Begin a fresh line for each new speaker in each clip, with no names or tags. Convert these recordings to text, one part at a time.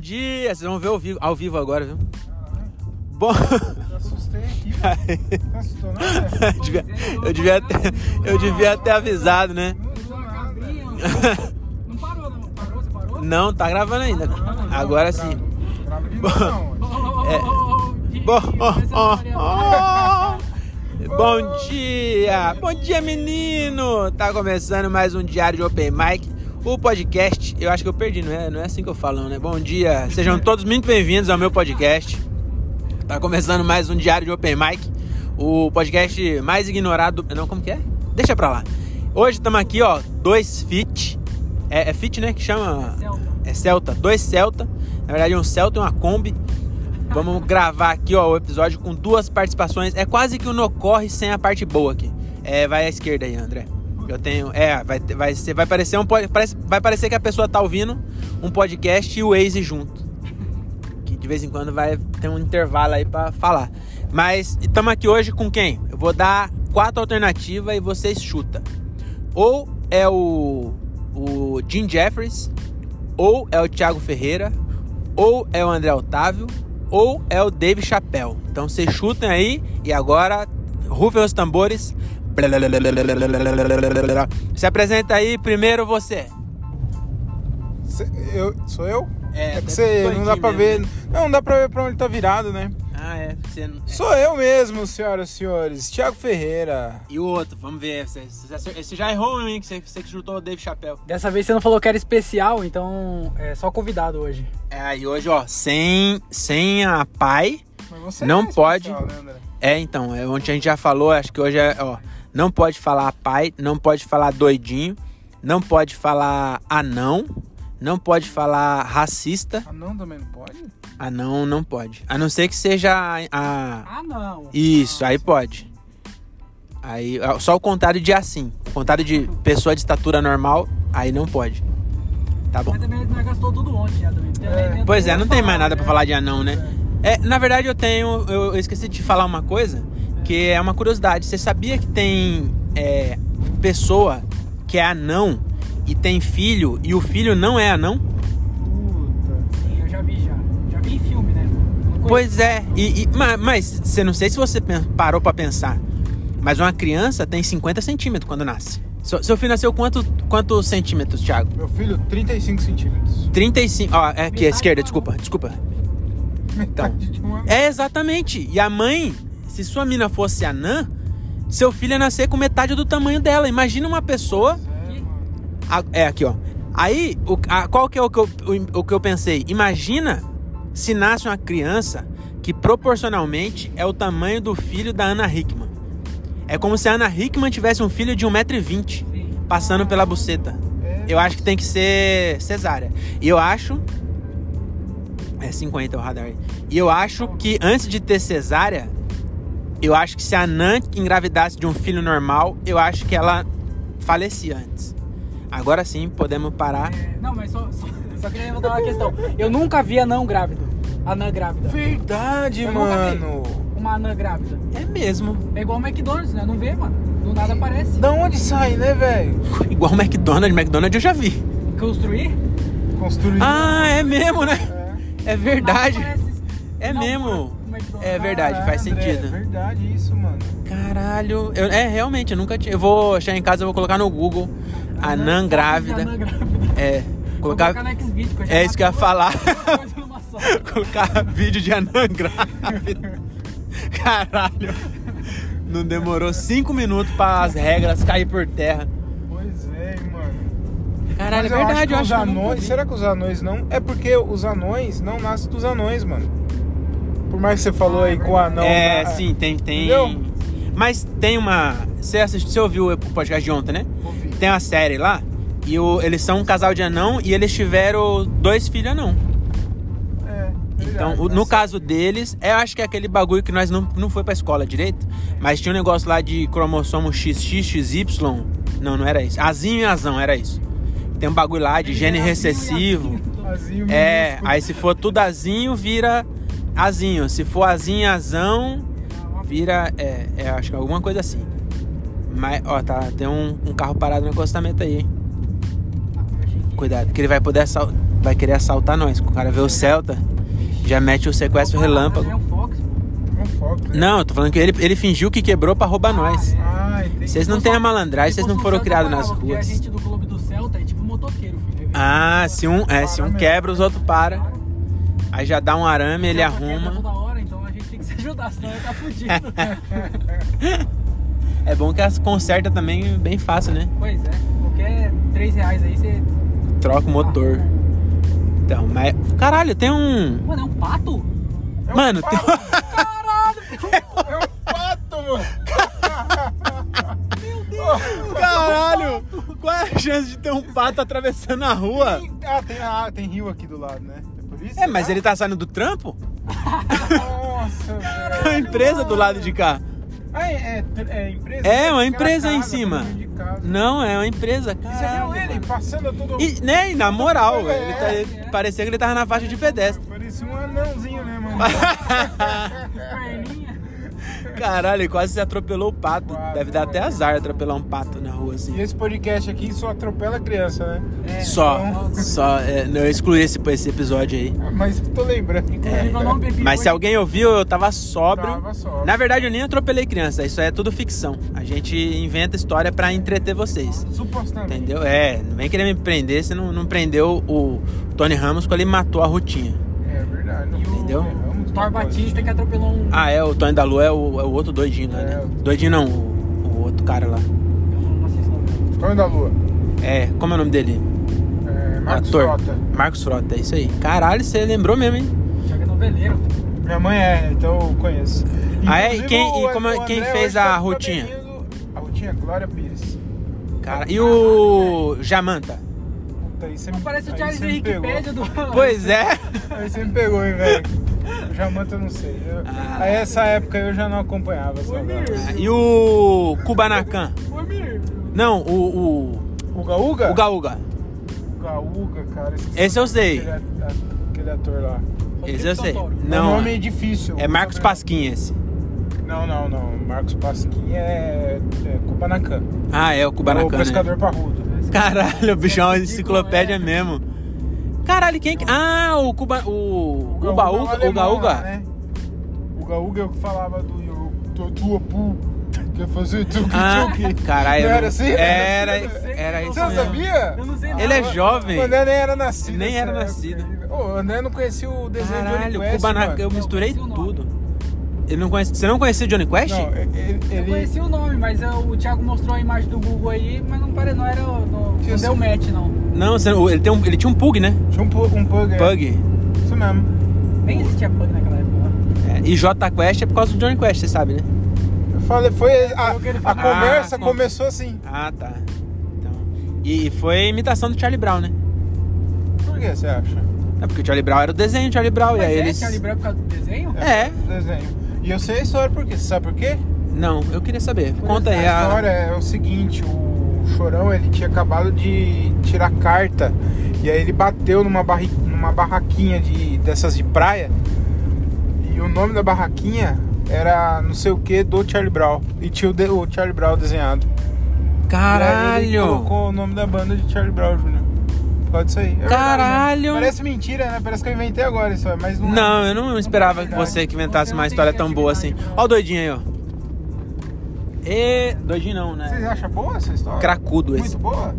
dia. Vocês vão ver ao vivo, ao vivo agora, viu?
Caralho,
Bom.
já assustei aqui. Não assustou nada?
eu devia, eu devia, até- eu devia ter avisado, né?
Não assustou nada.
Não parou, não. Parou, você parou?
Não, tá gravando ainda. Agora sim.
Bravo de não.
Oh, oh, oh,
É.
oh, oh, de-
Bom,
vai ser
ó,
Maria.
ó. Bom dia! Bom dia, menino! Tá começando mais um Diário de Open Mic, o podcast. Eu acho que eu perdi, não é, não é assim que eu falo, não, né? Bom dia! Sejam todos muito bem-vindos ao meu podcast. Tá começando mais um Diário de Open Mic, o podcast mais ignorado. Não, como que é? Deixa pra lá. Hoje estamos aqui, ó, dois fit. É, é fit, né? Que chama.
É Celta.
É Celta. Dois Celta. Na verdade, é um Celta e uma Kombi. Vamos gravar aqui, ó, o episódio com duas participações. É quase que o no corre sem a parte boa aqui. É, vai à esquerda aí, André. Eu tenho. É, vai, ter- vai, ser, vai parecer um pod- parece- Vai parecer que a pessoa tá ouvindo um podcast e o Waze junto que de vez em quando vai ter um intervalo aí pra falar. Mas estamos aqui hoje com quem? Eu vou dar quatro alternativas e vocês chuta. Ou é o, o Jim Jeffries, ou é o Thiago Ferreira, ou é o André Otávio, ou é o Dave Chappelle. Então vocês chutem aí e agora rufem os tambores. Se apresenta aí primeiro você.
Cê- eu, sou eu?
É,
que
tá
você
doidinho
não dá pra ver.
mesmo,
Não, não dá pra ver pra onde tá virado, né?
Ah, é. Você não...
Sou eu mesmo, senhoras e senhores. Thiago Ferreira.
E o outro, vamos ver. Você, você- você já errou um, hein? Que você, você que chutou o Dave Chapéu.
Dessa vez você não falou que era especial, então é só convidado hoje.
É, e hoje, ó, sem, sem a pai.
Mas você
Não
é especial,
pode.
né, André?
É, então, é onde a gente já falou, acho que hoje é, ó. Não pode falar pai, não pode falar doidinho, não pode falar anão, não pode falar racista.
Ah, não, também não pode?
Anão não pode. A não ser que seja a. a-
Ah, não.
isso, aí pode. Aí, ó, só o contrário de assim. O contrário de pessoa de estatura normal, aí não pode. Tá bom.
Mas também nós gastou tudo ontem já também. Tem-
É.
tem-
Pois é, não tem mais
falar,
nada pra falar de anão, né? É, na verdade eu tenho, eu eu esqueci de te falar uma coisa, que é uma curiosidade. Você sabia que tem é, pessoa que é anão e tem filho e o filho não é anão?
Puta.
né? Sim, eu já vi já. Já vi em filme, né? Uma coisa-
Pois é, e, e- ma- mas você não sei se você pen- parou pra pensar, mas uma criança tem 50 centímetros quando nasce. Seu, seu filho nasceu quanto, quantos centímetros, Thiago?
Meu filho, 35 centímetros.
35. Ó, é aqui, à
Metade
esquerda,
do
desculpa, desculpa. Então.
Metade de um ano.
É, exatamente. E a mãe, se sua mina fosse anã, seu filho ia nascer com metade do tamanho dela. Imagina uma pessoa.
É, mano.
a- é, aqui, ó. Aí, o, a- qual que é o que, eu, o, o que eu pensei? Imagina se nasce uma criança que proporcionalmente é o tamanho do filho da Ana Hickman. É como se a Ana Hickman tivesse um filho de 1,20m
Sim.
passando pela buceta.
É.
Eu acho que tem que ser cesárea. E eu acho. É 50 o radar. aí. E eu acho que antes de ter cesárea, eu acho que se a Nan engravidasse de um filho normal, eu acho que ela falecia antes. Agora sim podemos parar.
É, Não, mas só, só, só queria levantar uma questão. Eu nunca vi anão grávido. Anã grávida.
Verdade,
Eu nunca vi.
mano.
Uma anã grávida.
É mesmo.
É igual o McDonald's, né? Não vê, mano. Do nada aparece.
Da onde sai, né, velho?
Igual o McDonald's. McDonald's eu já vi.
Construir?
Construir.
Ah, é mesmo, né?
É.
É verdade.
Nada aparece.
É
Não,
mesmo.
o McDonald's.
É verdade, faz
Caralho, André,
sentido.
É verdade isso, mano.
Caralho. Eu- é, realmente, eu nunca tinha. Eu vou chegar em casa, eu vou colocar no Google. Anã grávida.
Anã grávida.
É.
Vou
Colocar.
no Xvideos, eu já
É isso que eu ia
matei
falar.
duas coisas numa só.
Colocar vídeo de anã grávida. Caralho. Não demorou cinco minutos para as regras cair por terra.
Pois é, mano.
Caralho,
Mas
é verdade, eu acho.
os
que eu nunca
anões.
vi.
Será que os anões não? É porque os anões não nascem dos anões, mano. Por mais que você falou aí com o anão.
É,
né?
sim, tem, tem.
Entendeu?
Mas tem uma. Você assistiu, você ouviu o podcast de ontem, né?
Ouvi.
Tem uma série lá. E o- eles são um casal de anão e eles tiveram dois filhos anão.
É,
Então,
verdade,
o-
tá
no
certo.
caso deles, eu acho que é aquele bagulho que nós não, não foi pra escola direito, mas tinha um negócio lá de cromossomo XXXY. Não, não era isso. Azinho e azão, era isso. Tem um bagulho lá de
é assim,
gene recessivo.
Azio
É,
minúsculo.
aí se for tudo azinho, vira azinho. Se for azinho e azão, vira. É, é, acho que alguma coisa assim. Mas, ó, tá, tem um, um carro parado no acostamento aí, hein? Cuidado, que ele vai poder assal- vai querer assaltar nós. O cara vê o Celta, já mete o sequestro relâmpago.
É um Fox, pô.
Não foca, né?
Não, eu tô falando que ele, ele fingiu que quebrou pra roubar nós.
Ah, entendi.
Vocês
Tipo
não têm a malandragem, vocês não
fosse o
foram
assim, Celta,
criados
parava,
nas
porque
ruas.
A gente do clube do Celta é tipo motoqueiro, filho.
Ah, se um, é, se um quebra, os outros param. Aí já dá um arame, ele
Celta quebra
arruma.
é Toda hora, então a gente tem que se ajudar, senão ele tá fudido.
É bom que as conserta também bem fácil, né?
pois é, qualquer 3 reais aí você. né?
Troca o motor. Então, mas. Caralho, tem um.
Mano, é um pato?
É um
Mano, tem
pato,
um.
É um pato, mano.
Caralho! Qual é a chance de ter um pato atravessando a rua?
Ah, tem, ah, tem rio aqui do lado, né? É por isso?
É, mas
né?
ele tá saindo do trampo?
Nossa, velho.
É uma empresa do lado de cá.
Ah, é, é, é empresa?
É, uma
Aquela
empresa aí em
casa,
cima.
todo mundo um de casa.
Não, é uma empresa,
Você viu ele
caralho.
passando todo...
E, né, e na moral,
É.
ele tá, ele- parecia que ele tava na faixa de pedestre.
Parecia um anãozinho, né, mano?
Perninha.
Caralho, ele quase se atropelou o pato.
Quase,
Deve dar até
mano.
azar atropelar um pato na rua assim.
E esse podcast aqui só atropela criança, né?
É,
Só,
então,
só, é, não, eu excluí esse, esse episódio aí.
Mas eu tô lembrando.
É,
Inclusive, eu não bebi
Mas
hoje.
se alguém ouviu, eu tava sóbrio.
Tava sóbrio.
Na verdade, eu nem atropelei criança, isso aí é tudo ficção. A gente inventa história pra entreter vocês.
Supostamente.
Entendeu? É, não vem querer me prender, você não, não prendeu o Tony Ramos quando ele matou a rotinha.
É verdade. não
Entendeu?
erramos,
É, Thor Batista que atropelou um.
Ah, é, o Tony da Lua é o, é o outro doidinho, lá, né?
É.
Doidinho não, o, o outro cara lá.
Eu não assisto, não.
Homem da Lua.
É, como é o nome dele?
É, Marcos
Ator.
Frota.
Marcos Frota, é isso aí. Caralho, você lembrou mesmo, hein?
Joga noveleiro.
Minha mãe é, então eu conheço.
Ah, é? E
Inclusive,
quem- e
o-
como é-
o
quem
André
fez
hoje
a
tá com o
rotinha?
cabelinho do- A rotinha Glória Pires.
Cara, e o Jamanta?
Puta, aí você me-
Parece o
aí
Charles
você me
Henrique
pegou.
Pédia do.
Pois é.
Aí você me pegou, hein, velho. O Jamanta eu não sei. Eu,
Ah.
Aí essa época eu já não acompanhava as
Oi,
novelas.
Mir.
E o Kubanacan?
Ô, Mir.
Não, o. o
O Gaúga?
o Gaúga.
O Gaúga, cara. esqueci
Esse eu sei.
Aquele, a- aquele ator lá.
Esse eu sei.
Santoro.
o
Não,
nome é difícil.
é Marcos
Pasquim.
Pasquim esse.
Não, não, não. Marcos Pasquim é, é Kubanacan.
Ah, é o
É o
Kubanacan. Né?
pescador parrudo.
Caralho, o bichão é uma enciclopédia mesmo. Caralho, quem que. Ah, o Cuba. O. O
é um
Baúga. O
né?
Gaúga.
O Gaúga é o que falava do Totuapu. Quer fazer tuque-tuque.
Ah, caralho.
Não era assim?
Era, era
Você
isso
não
mesmo.
sabia?
Eu não sei
Ele é jovem.
O André nem era nascido.
Nem
nessa
era
época
nascido.
aí, velho. Ô, o André não conhecia o desenho de
Caralho,
Johnny Quest,
Kubanacan.
mano.
Eu misturei
conheci o nome.
tudo. Ele não conhece. Você não conhecia o Johnny Quest?
Não, ele...
Eu
ele...
conheci o nome, mas eu- o Thiago mostrou a imagem do Google aí, mas não pare, não era. o- Não, não
Jesus.
deu match, não.
Não, você não- ele, tem um- ele tinha um Pug, né?
Tinha um pug. Um pug, é.
Pug.
Isso mesmo.
Nem existia punk naquela época. né?
É, e J Quest é por causa do Johnny Quest, você sabe, né?
Eu falei, foi... A,
o que ele
a
falou.
conversa
Ah, sim.
começou assim.
Ah, tá. Então. E e foi imitação do Charlie Brown, né?
Por que você acha?
É porque o Charlie Brown era o desenho do Charlie Brown.
Mas
e aí
é,
eles.
Charlie Brown por causa do desenho?
É.
O Desenho. E eu sei a história por quê. Você sabe por quê?
Não, eu queria saber. Conta aí ah.
A
a.
história é o seguinte, o Chorão ele tinha acabado de tirar carta e aí ele bateu numa, barri... numa barraquinha de... dessas de praia e o nome da barraquinha era não sei o que do Charlie Brown e tinha o, de- o Charlie Brown desenhado. E aí ele
Caralho!
colocou o nome da banda de Charlie Brown Jr. Pode ser aí. É verdade, né?
Caralho!
Parece mentira, né? Parece que eu inventei agora isso, mas não. é.
Não, eu não esperava que
verdade.
você que inventasse
Você
uma
não tem
história tão boa assim.
criatividade,
Ó o doidinho aí, ó. E. Doidinho não,
Vocês
né?
acham boa essa história?
Cracudo
Muito
esse.
boa?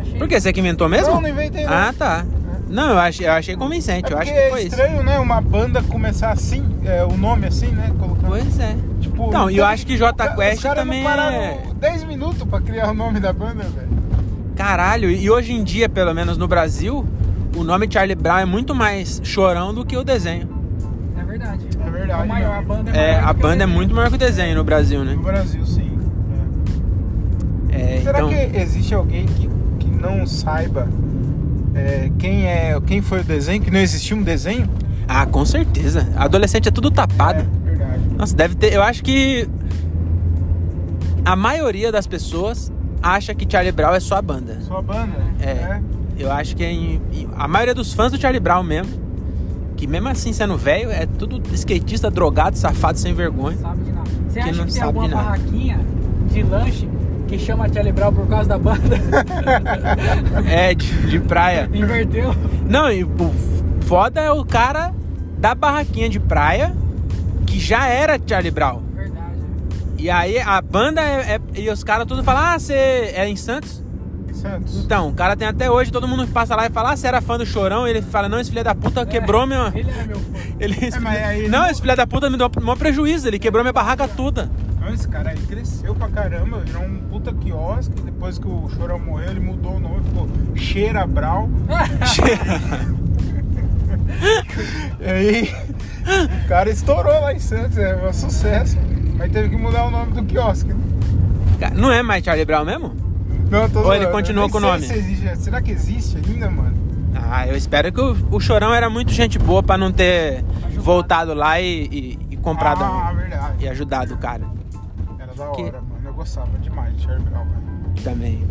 Achei.
Por que? Você que inventou mesmo?
Não, não inventei. não.
Ah, tá. Não, eu achei, eu achei
É
convincente. Eu acho
porque
que foi
é
isso.
estranho, né? Uma banda começar assim, é, o nome assim, né? Colocando.
Pois é.
Tipo,
Não, e eu
tem-
acho que Jota
os
Quest
caras
também
Não pararam
é- Né?
10 minutos pra criar o nome da banda, velho.
Caralho, e hoje em dia, pelo menos no Brasil, o nome Charlie Brown é muito mais chorão do que o desenho.
É verdade.
É verdade,
O maior,
né?
a banda é
É,
maior
a
do que o
banda é
desenho.
muito maior que o desenho no Brasil, né?
No Brasil, sim.
É,
É. Será
então,
que existe alguém que, que não saiba é, quem, é, quem foi o desenho, que não existiu um desenho?
Ah, com certeza. Adolescente é tudo tapado.
É, verdade.
Nossa, deve ter. Eu acho que a maioria das pessoas acha que Charlie Brown é só a banda.
Sua banda?
É.
né?
Eu acho que é em- em- a maioria dos fãs do Charlie Brown mesmo, que mesmo assim sendo velho, é tudo skatista, drogado, safado, sem vergonha.
Sabe de nada. Você acha
não
que tem
sabe
alguma
de nada.
barraquinha de lanche que chama Charlie Brown por causa da banda.
É, de, de praia.
Inverteu.
Não, e o foda é o cara da barraquinha de praia, que já era Charlie Brown.
Verdade.
E aí a banda é, é- e os caras tudo falam, ah, você é em Santos?
Santos.
Então, o cara tem até hoje, todo mundo passa lá e fala, ah, você era fã do Chorão? Ele fala, não, esse filho da puta quebrou meu...
Ele era meu fã.
Ele...
É, mas aí-
não, esse filho da puta me deu o maior prejuízo, ele quebrou minha barraca toda.
Não, Então, esse cara aí cresceu pra caramba, virou um puta quiosque. Depois que o Chorão morreu, ele mudou o nome, ficou Cheira Brau. E aí, o cara estourou lá em Santos, é um sucesso. Mas teve que mudar o nome do quiosque.
Cara, Não é mais Charlie Brown mesmo?
Não, tô
Ou ele
zoando, eu
continuou
nem
com o
sei
nome?
se existe- é, será que existe ainda, mano?
Ah, eu espero que o, o Chorão era muito gente boa pra não ter voltado lá e, e- e comprado
Ah,
a-
verdade.
e ajudado o cara
Era da
Que-
hora, mano. Eu gostava demais de Cheira Brau, mano.
também.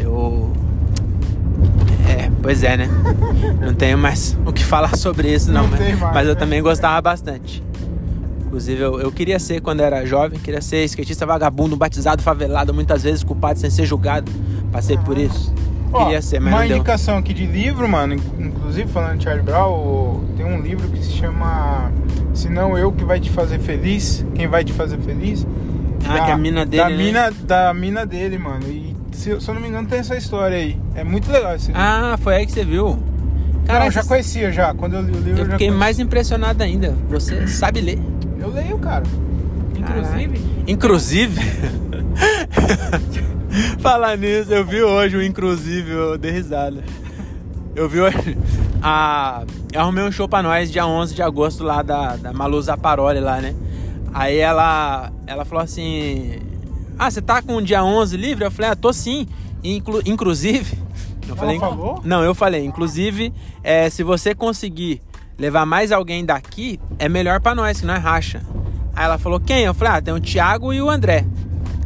Eu. É, pois é, né? Não tenho mais o que falar sobre isso, não.
Não
mas,
tem mais.
mas eu também gostava bastante. Inclusive, eu, eu queria ser, quando era jovem, queria ser skatista vagabundo, batizado, favelado, muitas vezes culpado sem ser julgado. Passei por isso.
Ah. Ó,
queria ser, mas
uma
não deu.
indicação aqui de livro, mano, in- inclusive falando de Charlie Brown, o- tem um livro que se chama Se Não Eu Que Vai Te Fazer Feliz, Quem Vai Te Fazer Feliz.
Ah, que a mina dele,
Da,
né?
mina, da mina dele, mano. E se, eu- se eu não me engano tem essa história aí. É muito legal esse livro.
Ah, foi aí que você viu.
Cara,
Caralho,
eu já
você-
conhecia já. Quando eu li o livro,
Eu
eu já
fiquei
conhecia.
mais impressionado ainda. Você sabe ler.
Eu leio, cara.
Inclusive,
Inclusive. Falar nisso, eu vi hoje o Inclusive, eu dei risada. Eu vi hoje. A, eu arrumei um show pra nós dia 11 de agosto lá da, da Malu Zaparoli lá, né? Aí ela, ela falou assim: Ah, você tá com o dia 11 livre? Eu falei: Ah, tô sim. Inclu, inclusive. Eu
Ela
falei,
falou?
Não, eu falei. Inclusive, é, se você conseguir levar mais alguém daqui, é melhor pra nós, que não é racha. Aí ela falou, quem? Eu falei, ah, tem o Thiago e o André.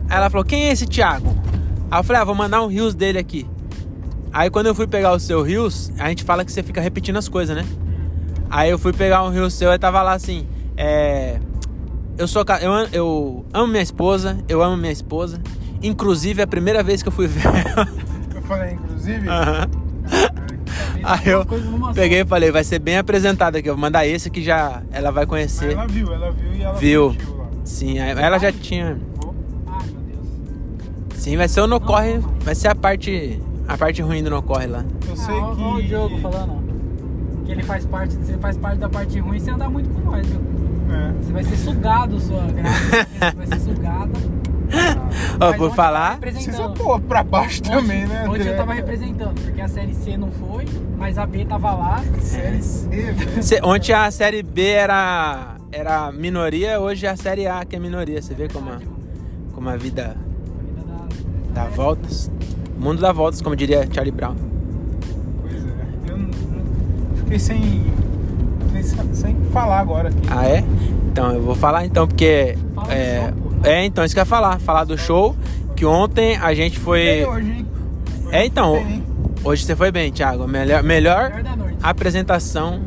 Aí ela falou, quem é esse Thiago? Aí eu falei, ah, vou mandar um rios dele aqui. Aí quando eu fui pegar o seu rios, a gente fala que você fica repetindo as coisas, né? Aí eu fui pegar um rios seu e tava lá assim, é... Eu sou ca- eu, am- eu amo minha esposa, eu amo minha esposa. Inclusive, é a primeira vez que eu fui ver ela.
Eu falei, inclusive.
Aham. Ah, Aí eu
coisas numa só.
peguei e falei, vai ser bem apresentado aqui, eu vou mandar esse que já ela vai
mas
conhecer.
ela viu, ela viu e ela
Viu.
curtiu lá.
Sim, aí- ela já tinha.
Pô,
ai meu Deus.
Sim, vai ser o no
Não,
corre,
não, não.
vai ser a parte a parte ruim do no corre lá.
Eu
Ah,
sei
ó-
que.
ó o Diogo falando. Que ele faz parte, você faz parte da parte ruim, você anda muito com nós, viu?
É.
Você vai ser sugado, sua graça. Você vai ser sugada.
Ó,
Mas tá
por
ontem
falar-
eu tava
Vocês são
representando.
pô pra baixo
Ontem-
também, né?
Ontem então, eu
André?
tava representando, porque a série C não foi, mas a B tava lá.
Série C, velho.
Cê- ontem a série B era era minoria, hoje é a série A que é minoria. Você vê como a, como a vida
Vida da-
dá voltas. O mundo dá voltas, como diria Charlie Brown.
Pois é. Eu não- não- fiquei sem, sem. sem falar agora aqui.
Ah, é? Então, eu vou falar então, porque.
Fala do
É,
show, pô.
é, então, isso que eu ia falar. Falar do show, que ontem a gente foi.
Bem hoje, hein? Hoje
É, então.
bem, hein?
Hoje você foi bem, Thiago. Melhor, melhor
Melhor da noite.
apresentação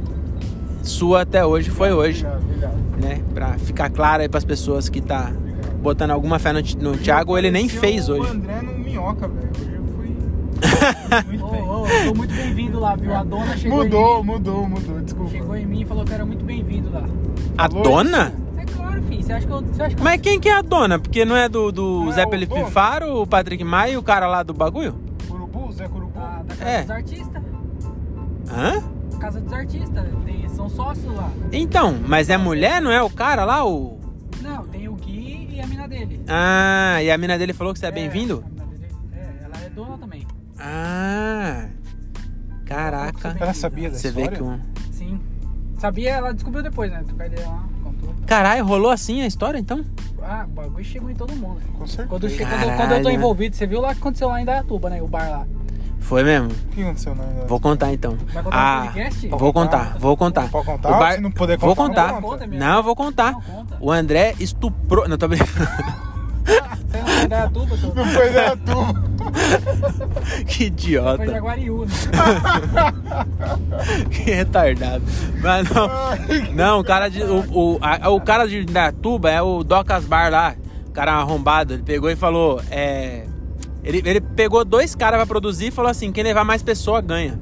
sua até hoje foi hoje,
Obrigado, obrigado.
né? Pra ficar claro aí pras pessoas que tá botando alguma fé no, Ti- no Thiago, ele nem
Pareceu
fez
O
hoje.
André no minhoca, velho. Hoje eu fui. Muito
Ô,
bem.
ô, eu sou muito bem-vindo lá, viu? A dona chegou
Ah, Mudou,
em mim.
mudou, mudou. Desculpa.
Chegou em mim e falou que eu era muito bem-vindo lá.
A
Falou
dona?
isso?
É claro, filho. Você acha que eu. Você acha que eu-
Mas quem que é a dona? Porque não é do, do
Não é
Zé
o
Felipe
dono?
Faro, o Patrick Maia e o cara lá do bagulho?
Curubu, Zé Curubu.
Da, da casa
É.
dos artistas.
Hã?
Casa dos artistas. Tem, são sócios lá.
Então, mas é mulher, não é o cara lá, o...
Não, tem o Gui e a mina dele.
Ah, e a mina dele falou que você é bem-vindo?
a mina dele- É, ela é dona também.
Ah, caraca.
Ela sabia dessa
Você vê que um...
Sim. Sabia, ela descobriu depois, né? Trocar ideia lá, contou.
Caralho, rolou assim a história, então?
Ah, o bagulho chegou em todo mundo.
Com certeza.
Quando, che-
Caralho.
quando, eu- quando eu tô envolvido, você viu lá o que aconteceu lá em Dayatuba, né? O bar lá.
Foi mesmo?
O que aconteceu, né?
Vou contar então.
Vai contar
Ah,
no podcast?
Vou contar, vou contar.
Pode contar?
O
Se não puder
vou
contar,
contar.
não
conta.
Não, eu vou contar.
Não, conta.
O André estuprou. Não, tô brincando.
Você não foi em Dayatuba, seu...
Não foi da tua.
que
foi
idiota.
Jaguariú, né?
que retardado. Mas não. Não, o cara de. O, o, a- o cara de Indaiatuba é o Docas Bar lá. cara arrombado, ele pegou e falou. É, ele, ele pegou dois caras pra produzir e falou assim: quem levar mais pessoa ganha.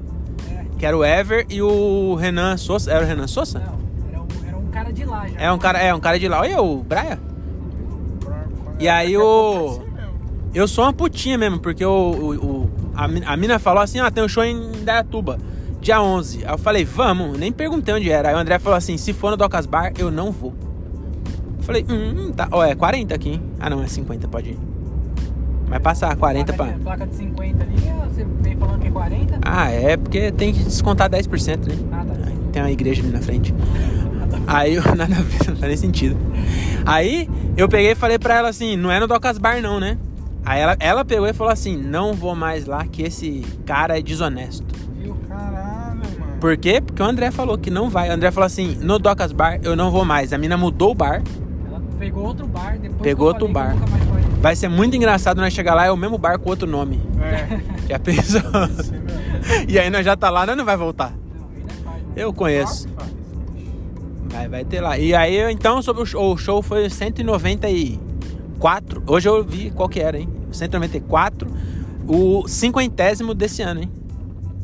É,
Que era o Ever e o Renan Souza. Era o Renan Souza?
Não, era um, era um cara de lá já.
É um cara, é um cara de lá. Olha o Braia. E
É
aí o.
assim
Eu sou uma putinha mesmo, porque o, o- o- a, mi- a mina falou assim: ó, tem um show em Indaiatuba, dia 11. Aí eu falei: vamos, nem perguntei onde era. Aí o André falou assim: se for no Docas Bar, eu não vou. Eu falei: hum, hum, tá. Ó, é 40 aqui, hein? Ah, não, é 50, pode ir. Vai passar 40
placa
pra.
De, placa de 50 ali, ó, você vem falando que é 40?
Ah, é, porque tem que descontar 10%, né?
Ah, tá.
Aí Tem uma igreja ali na frente. Aí eu, nada a ver, não tá nem sentido. Aí eu peguei e falei pra ela assim, não é no Docas Bar não, né? Aí ela, ela pegou e falou assim, não vou mais lá que esse cara é desonesto.
Viu?
Caralho, mano.
Por quê? Porque o André falou que não vai. O André falou assim, no Docas Bar eu não vou mais. A mina mudou o bar.
Ela pegou outro bar, depois
Pegou
que eu
outro
falei
bar.
que eu nunca mais foi.
Vai ser muito engraçado nós chegar lá, é o mesmo bar com outro nome.
É,
Já pensou?
você mesmo.
e aí nós já tá lá, nós não vai voltar.
Não, aí não é pai, né?
Eu conheço.
Faz, faz.
Vai, vai ter lá. E aí, eu, então, sobre o show, o show foi 194. Hoje eu vi qual que era, hein? 194, o cinquentésimo desse ano, hein?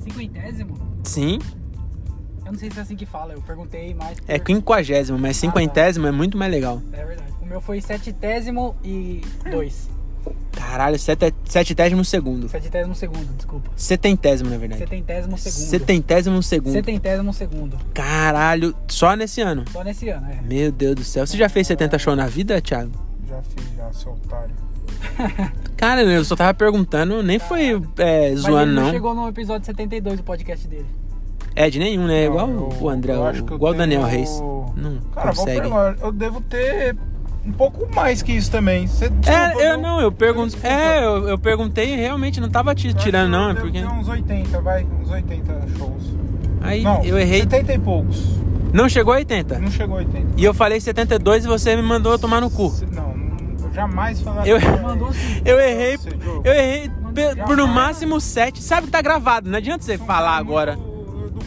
Cinquentésimo?
Sim,
Eu não sei se é assim que fala, eu perguntei mais.
é
por-
quinquagésimo, mas cinquentésimo é muito mais legal.
É verdade. O meu foi setentésimo e dois.
Caralho, sete- setentésimo segundo.
Setentésimo segundo, desculpa.
Setentésimo, na verdade.
Setentésimo segundo.
Setentésimo segundo.
Setentésimo segundo.
Caralho, só nesse ano.
Só nesse ano, é.
Meu Deus do céu. Você já fez 70 show na vida, Thiago?
Já fiz, já, seu otário.
Cara, eu só tava perguntando, nem foi é,
Mas
zoando,
ele
não.
chegou no episódio 72 do podcast dele.
É, de nenhum, né?
Não,
igual
eu-
o André,
eu acho que eu
igual o Daniel
tenho-
Reis. Não
Cara, vou
consegue.
perguntar. Eu devo ter um pouco mais que isso também. Você desculpa,
É, eu não, eu pergunto.
desculpa.
É, eu, eu perguntei e realmente não tava te
Eu acho
tirando,
que eu um-
não. É
devo
porque.
ter uns 80, vai. Uns 80 shows.
Aí
não,
eu errei.
70 e poucos.
Não chegou a 80.
Não chegou a 80.
E eu falei 72 e você me mandou tomar no cu.
Se- Não, não- eu jamais falaria.
Eu-
isso.
Mandou sim.
Eu errei.
Você, Diogo,
Eu errei
Mandou
pe- por no máximo 7. Sabe que tá gravado, não adianta você
sou um
falar
cara
agora.
muito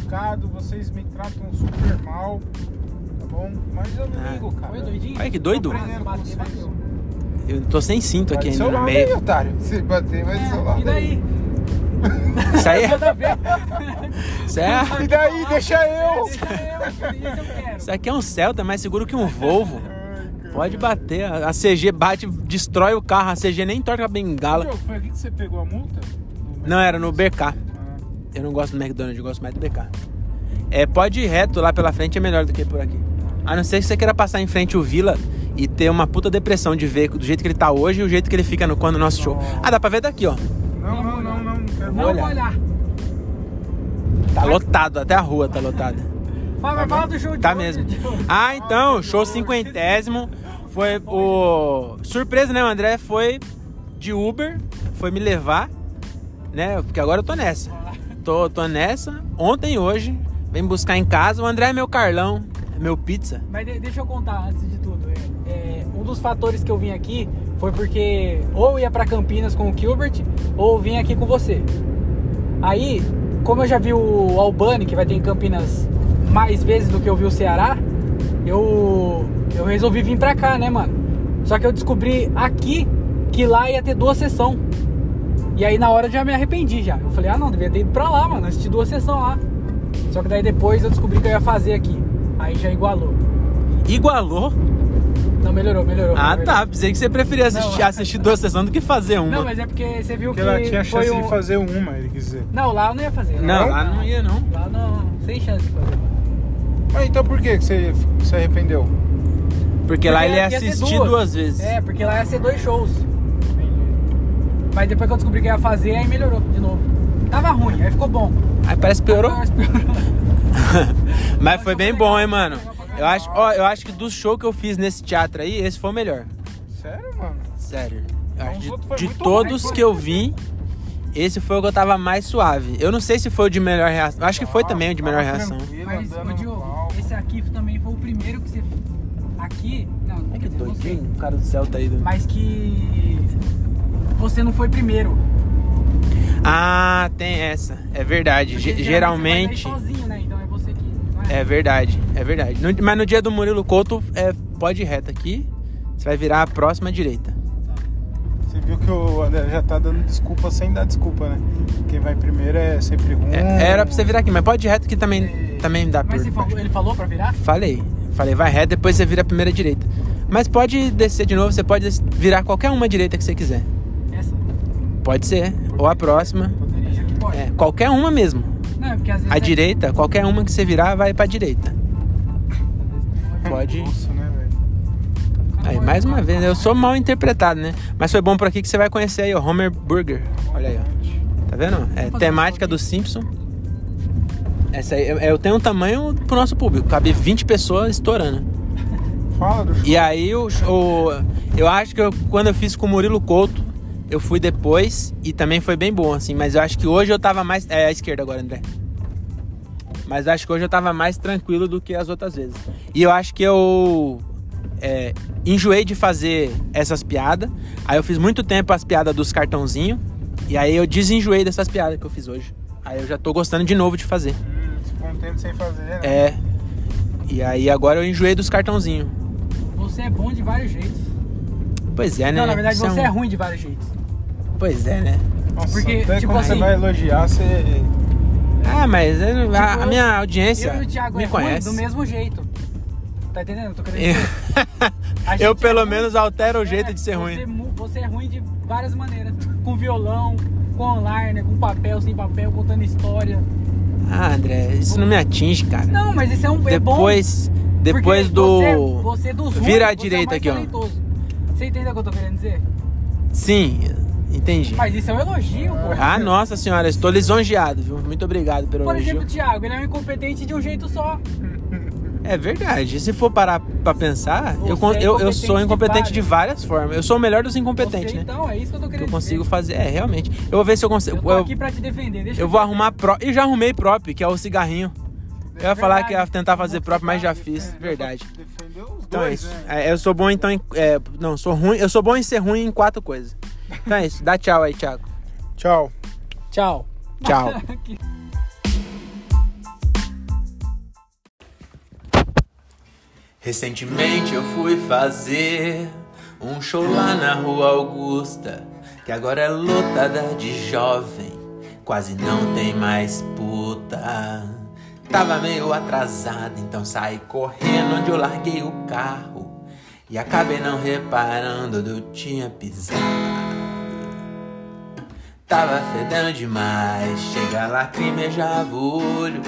Educado, vocês me tratam super mal. Tá bom? Mas eu não
Ah.
ligo, cara.
Foi doidinho?
Olha que doido.
aprendendo com
Bateu,
vocês.
bateu.
Eu tô sem cinto aqui
Vai do
ainda
Tá seu
no
lado aí,
meio.
otário. Se bater, vai do seu
É,
lado.
e daí?
Isso aí é.
Nada a ver.
Isso, é-
E daí? Deixa eu.
Deixa eu, isso eu quero.
isso aqui é um Celta mais seguro que um Volvo.
Ai, cara.
Pode bater. A a CG bate, destrói o carro. A CG nem torca a bengala.
Diogo, foi aqui que você pegou a multa? Do
Não, era no BK.
Ah.
Eu não gosto do McDonald's, eu gosto mais do BK. É, pode ir reto lá pela frente, é melhor do que por aqui. A não ser que você queira passar em frente o Vila e ter uma puta depressão de ver do jeito que ele tá hoje e o jeito que ele fica no quando o nosso show. Ah, dá pra ver daqui, ó.
Não, não, não, não. não quero
Não
olhar.
vou olhar.
Tá lotado, até a rua tá lotada.
Fala, fala do show de
Tá
hoje,
mesmo.
Diogo.
Ah, então, show cinquentésimo. Foi o. Surpresa, né? O André foi de Uber, foi me levar, né? Porque agora eu tô nessa. Tô, tô nessa. Ontem e hoje. Vem buscar em casa. O André é meu Carlão, é meu pizza.
Mas de- deixa eu contar antes de tudo. É, é, um dos fatores que eu vim aqui foi porque ou eu ia pra Campinas com o Gilbert ou eu vim aqui com você. Aí, como eu já vi o Albani, que vai ter em Campinas mais vezes do que eu vi o Ceará, eu, eu resolvi vir pra cá, né, mano? Só que eu descobri aqui que lá ia ter duas sessões. E aí na hora eu já me arrependi já. Eu falei, ah não, devia ter ido pra lá, mano, assistir duas sessões lá. Só que daí depois eu descobri que eu ia fazer aqui. Aí já igualou.
Igualou?
Não, melhorou, melhorou.
Ah,
melhorou.
tá. Pensei que você preferia assistir,
Não.
assistir duas sessões do que fazer uma.
Não, mas é porque você viu
Porque
que
ela tinha
foi
chance
um...
de fazer uma, ele quis dizer.
Não, lá eu não ia fazer.
Não, lá não ia, não.
Lá não, sem chance de fazer.
Mas então por que que você se arrependeu?
Porque lá ele ia
aqui ser
assistir duas. vezes.
É, porque lá ia ser dois shows. Mas depois que eu descobri que ia fazer, aí melhorou de novo. Tava ruim, aí ficou bom.
Aí parece que piorou.
Mas piorou.
Mas foi bem bom, hein, mano. Eu acho, ó, eu acho que do show que eu fiz nesse teatro aí, esse foi o melhor.
Sério, mano?
Sério. Eu acho
os
de-
outros foi
de
muito
todos
ruim.
que eu vi, esse foi o que eu tava mais suave. Eu não sei se foi o de melhor reação. Eu Acho que foi também o de
Tava
melhor reação.
tranquilo,
Mas,
andando
ô
no
Diogo,
palco.
esse aqui também foi o primeiro que você... Aqui... Não,
Olha É que
quer dizer, não sei.
doidinho o cara do céu tá aí. Do...
Mas que... Você não foi primeiro.
Ah, tem essa. É verdade.
Porque
Ge- geralmente.
Você vai lá sozinho, né? Então é você que... não
É verdade, é verdade. No- mas no dia do Murilo Couto, é, pode ir reto aqui. Você vai virar a próxima direita.
Você viu que o André já tá dando desculpa sem dar desculpa, né? Quem vai primeiro é sempre ruim.
É, era pra você virar aqui, mas pode ir reto que também, também dá
Mas
por
você falou- ele falou pra virar?
Falei. Falei, vai reto, depois você vira a primeira direita. Mas pode descer de novo, você pode des- virar qualquer uma direita que você quiser.
Essa.
Pode ser. Ou a próxima.
Essa aqui pode.
É, qualquer uma mesmo.
Não, é porque às vezes.
A
é-
direita, qualquer uma que você virar, vai pra direita. Pode.
Nossa, né, velho?
é
Aí, é, mais uma vez, eu sou mal interpretado, né? Mas foi bom por aqui que você vai conhecer aí, o Homer Burger. Olha aí, ó. Tá vendo? É temática do Simpson. Essa aí, eu, eu tenho um tamanho pro nosso público. Cabe 20 pessoas estourando.
Fala do
E aí o, o- eu acho que eu- quando eu fiz com o Murilo Couto, eu fui depois e também foi bem bom, assim. Mas eu acho que hoje eu tava mais. É à esquerda agora, André. Mas acho que hoje eu tava mais tranquilo do que as outras vezes. E eu acho que eu é, enjoei de fazer essas piadas. Aí eu fiz muito tempo as piadas dos cartãozinhos. E aí eu desenjoei dessas piadas que eu fiz hoje. Aí eu já tô gostando de novo de fazer.
Hum, Ficou um tempo sem fazer, né?
É. E aí agora eu enjoei dos cartãozinhos.
Você é bom de vários jeitos.
Pois é, né?
Não, na verdade
Isso
você
um-
é ruim de vários jeitos.
Pois é, né?
Nossa,
Porque,
até
tipo
quando você
assim-
vai elogiar, você.
Ah, mas eu- a- a,
eu-
minha audiência
Tipo, eu e o Thiago
me
é ruim
conhece.
do mesmo jeito. Tá entendendo? Eu Tô querendo
Eu,
dizer. A gente
eu,
é
pelo
ruim.
menos altero o jeito
É,
de ser
você
ruim.
mu- Você é ruim de várias maneiras. Com violão, com online, com papel, sem papel, contando história.
Ah, André, isso não me atinge, cara.
Não, mas isso é um é bom.
depois
porque
depois do
Você, é- você dos ruins,
vira à
você é o
direita
mais
aqui, ó.
talentoso. Você entendeu o que eu tô querendo dizer?
Sim, entendi.
Mas isso é um elogio, pô.
Ah, nossa senhora, estou lisonjeado, viu? Muito obrigado pelo
Por
elogio.
exemplo, o Thiago, ele é um incompetente de um jeito só.
É verdade. Se for parar pra pensar, eu,
Você
con-
é
eu, eu
incompetente
sou
de
incompetente de várias formas. Eu sou o melhor dos incompetentes,
Você,
né?
Então, é isso que eu tô
Que
querendo
eu consigo
dizer.
fazer. É, realmente. Eu vou ver se eu consigo.
Eu tô
eu-
aqui pra te defender. Deixa
Eu vou arrumar prop. E já arrumei prop, que é o cigarrinho. Eu ia falar que ia tentar fazer prop, mas já fiz. Verdade.
Defendeu os
Então é
dois,
isso.
né?
É, Eu sou bom então em. é, não, sou ruim. Eu sou bom em ser ruim em quatro coisas. Então é isso. Dá tchau aí, Thiago.
Tchau.
Tchau.
Tchau. Recentemente eu fui fazer um show lá na Rua Augusta, que agora é lotada de jovem, quase não tem mais puta. Tava meio atrasado, então saí correndo onde eu larguei o carro e acabei não reparando onde eu tinha pisado. Tava fedendo demais, chega a lacrimejava o olho.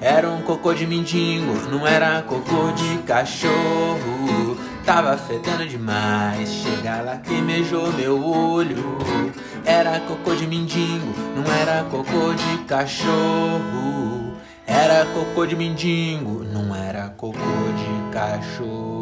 Era um cocô de mendigo, não era cocô de cachorro. Tava fedendo demais, chega a lacrimejou meu olho. Era cocô de mendigo, não era cocô de cachorro. Era cocô de mendigo, não era cocô de cachorro.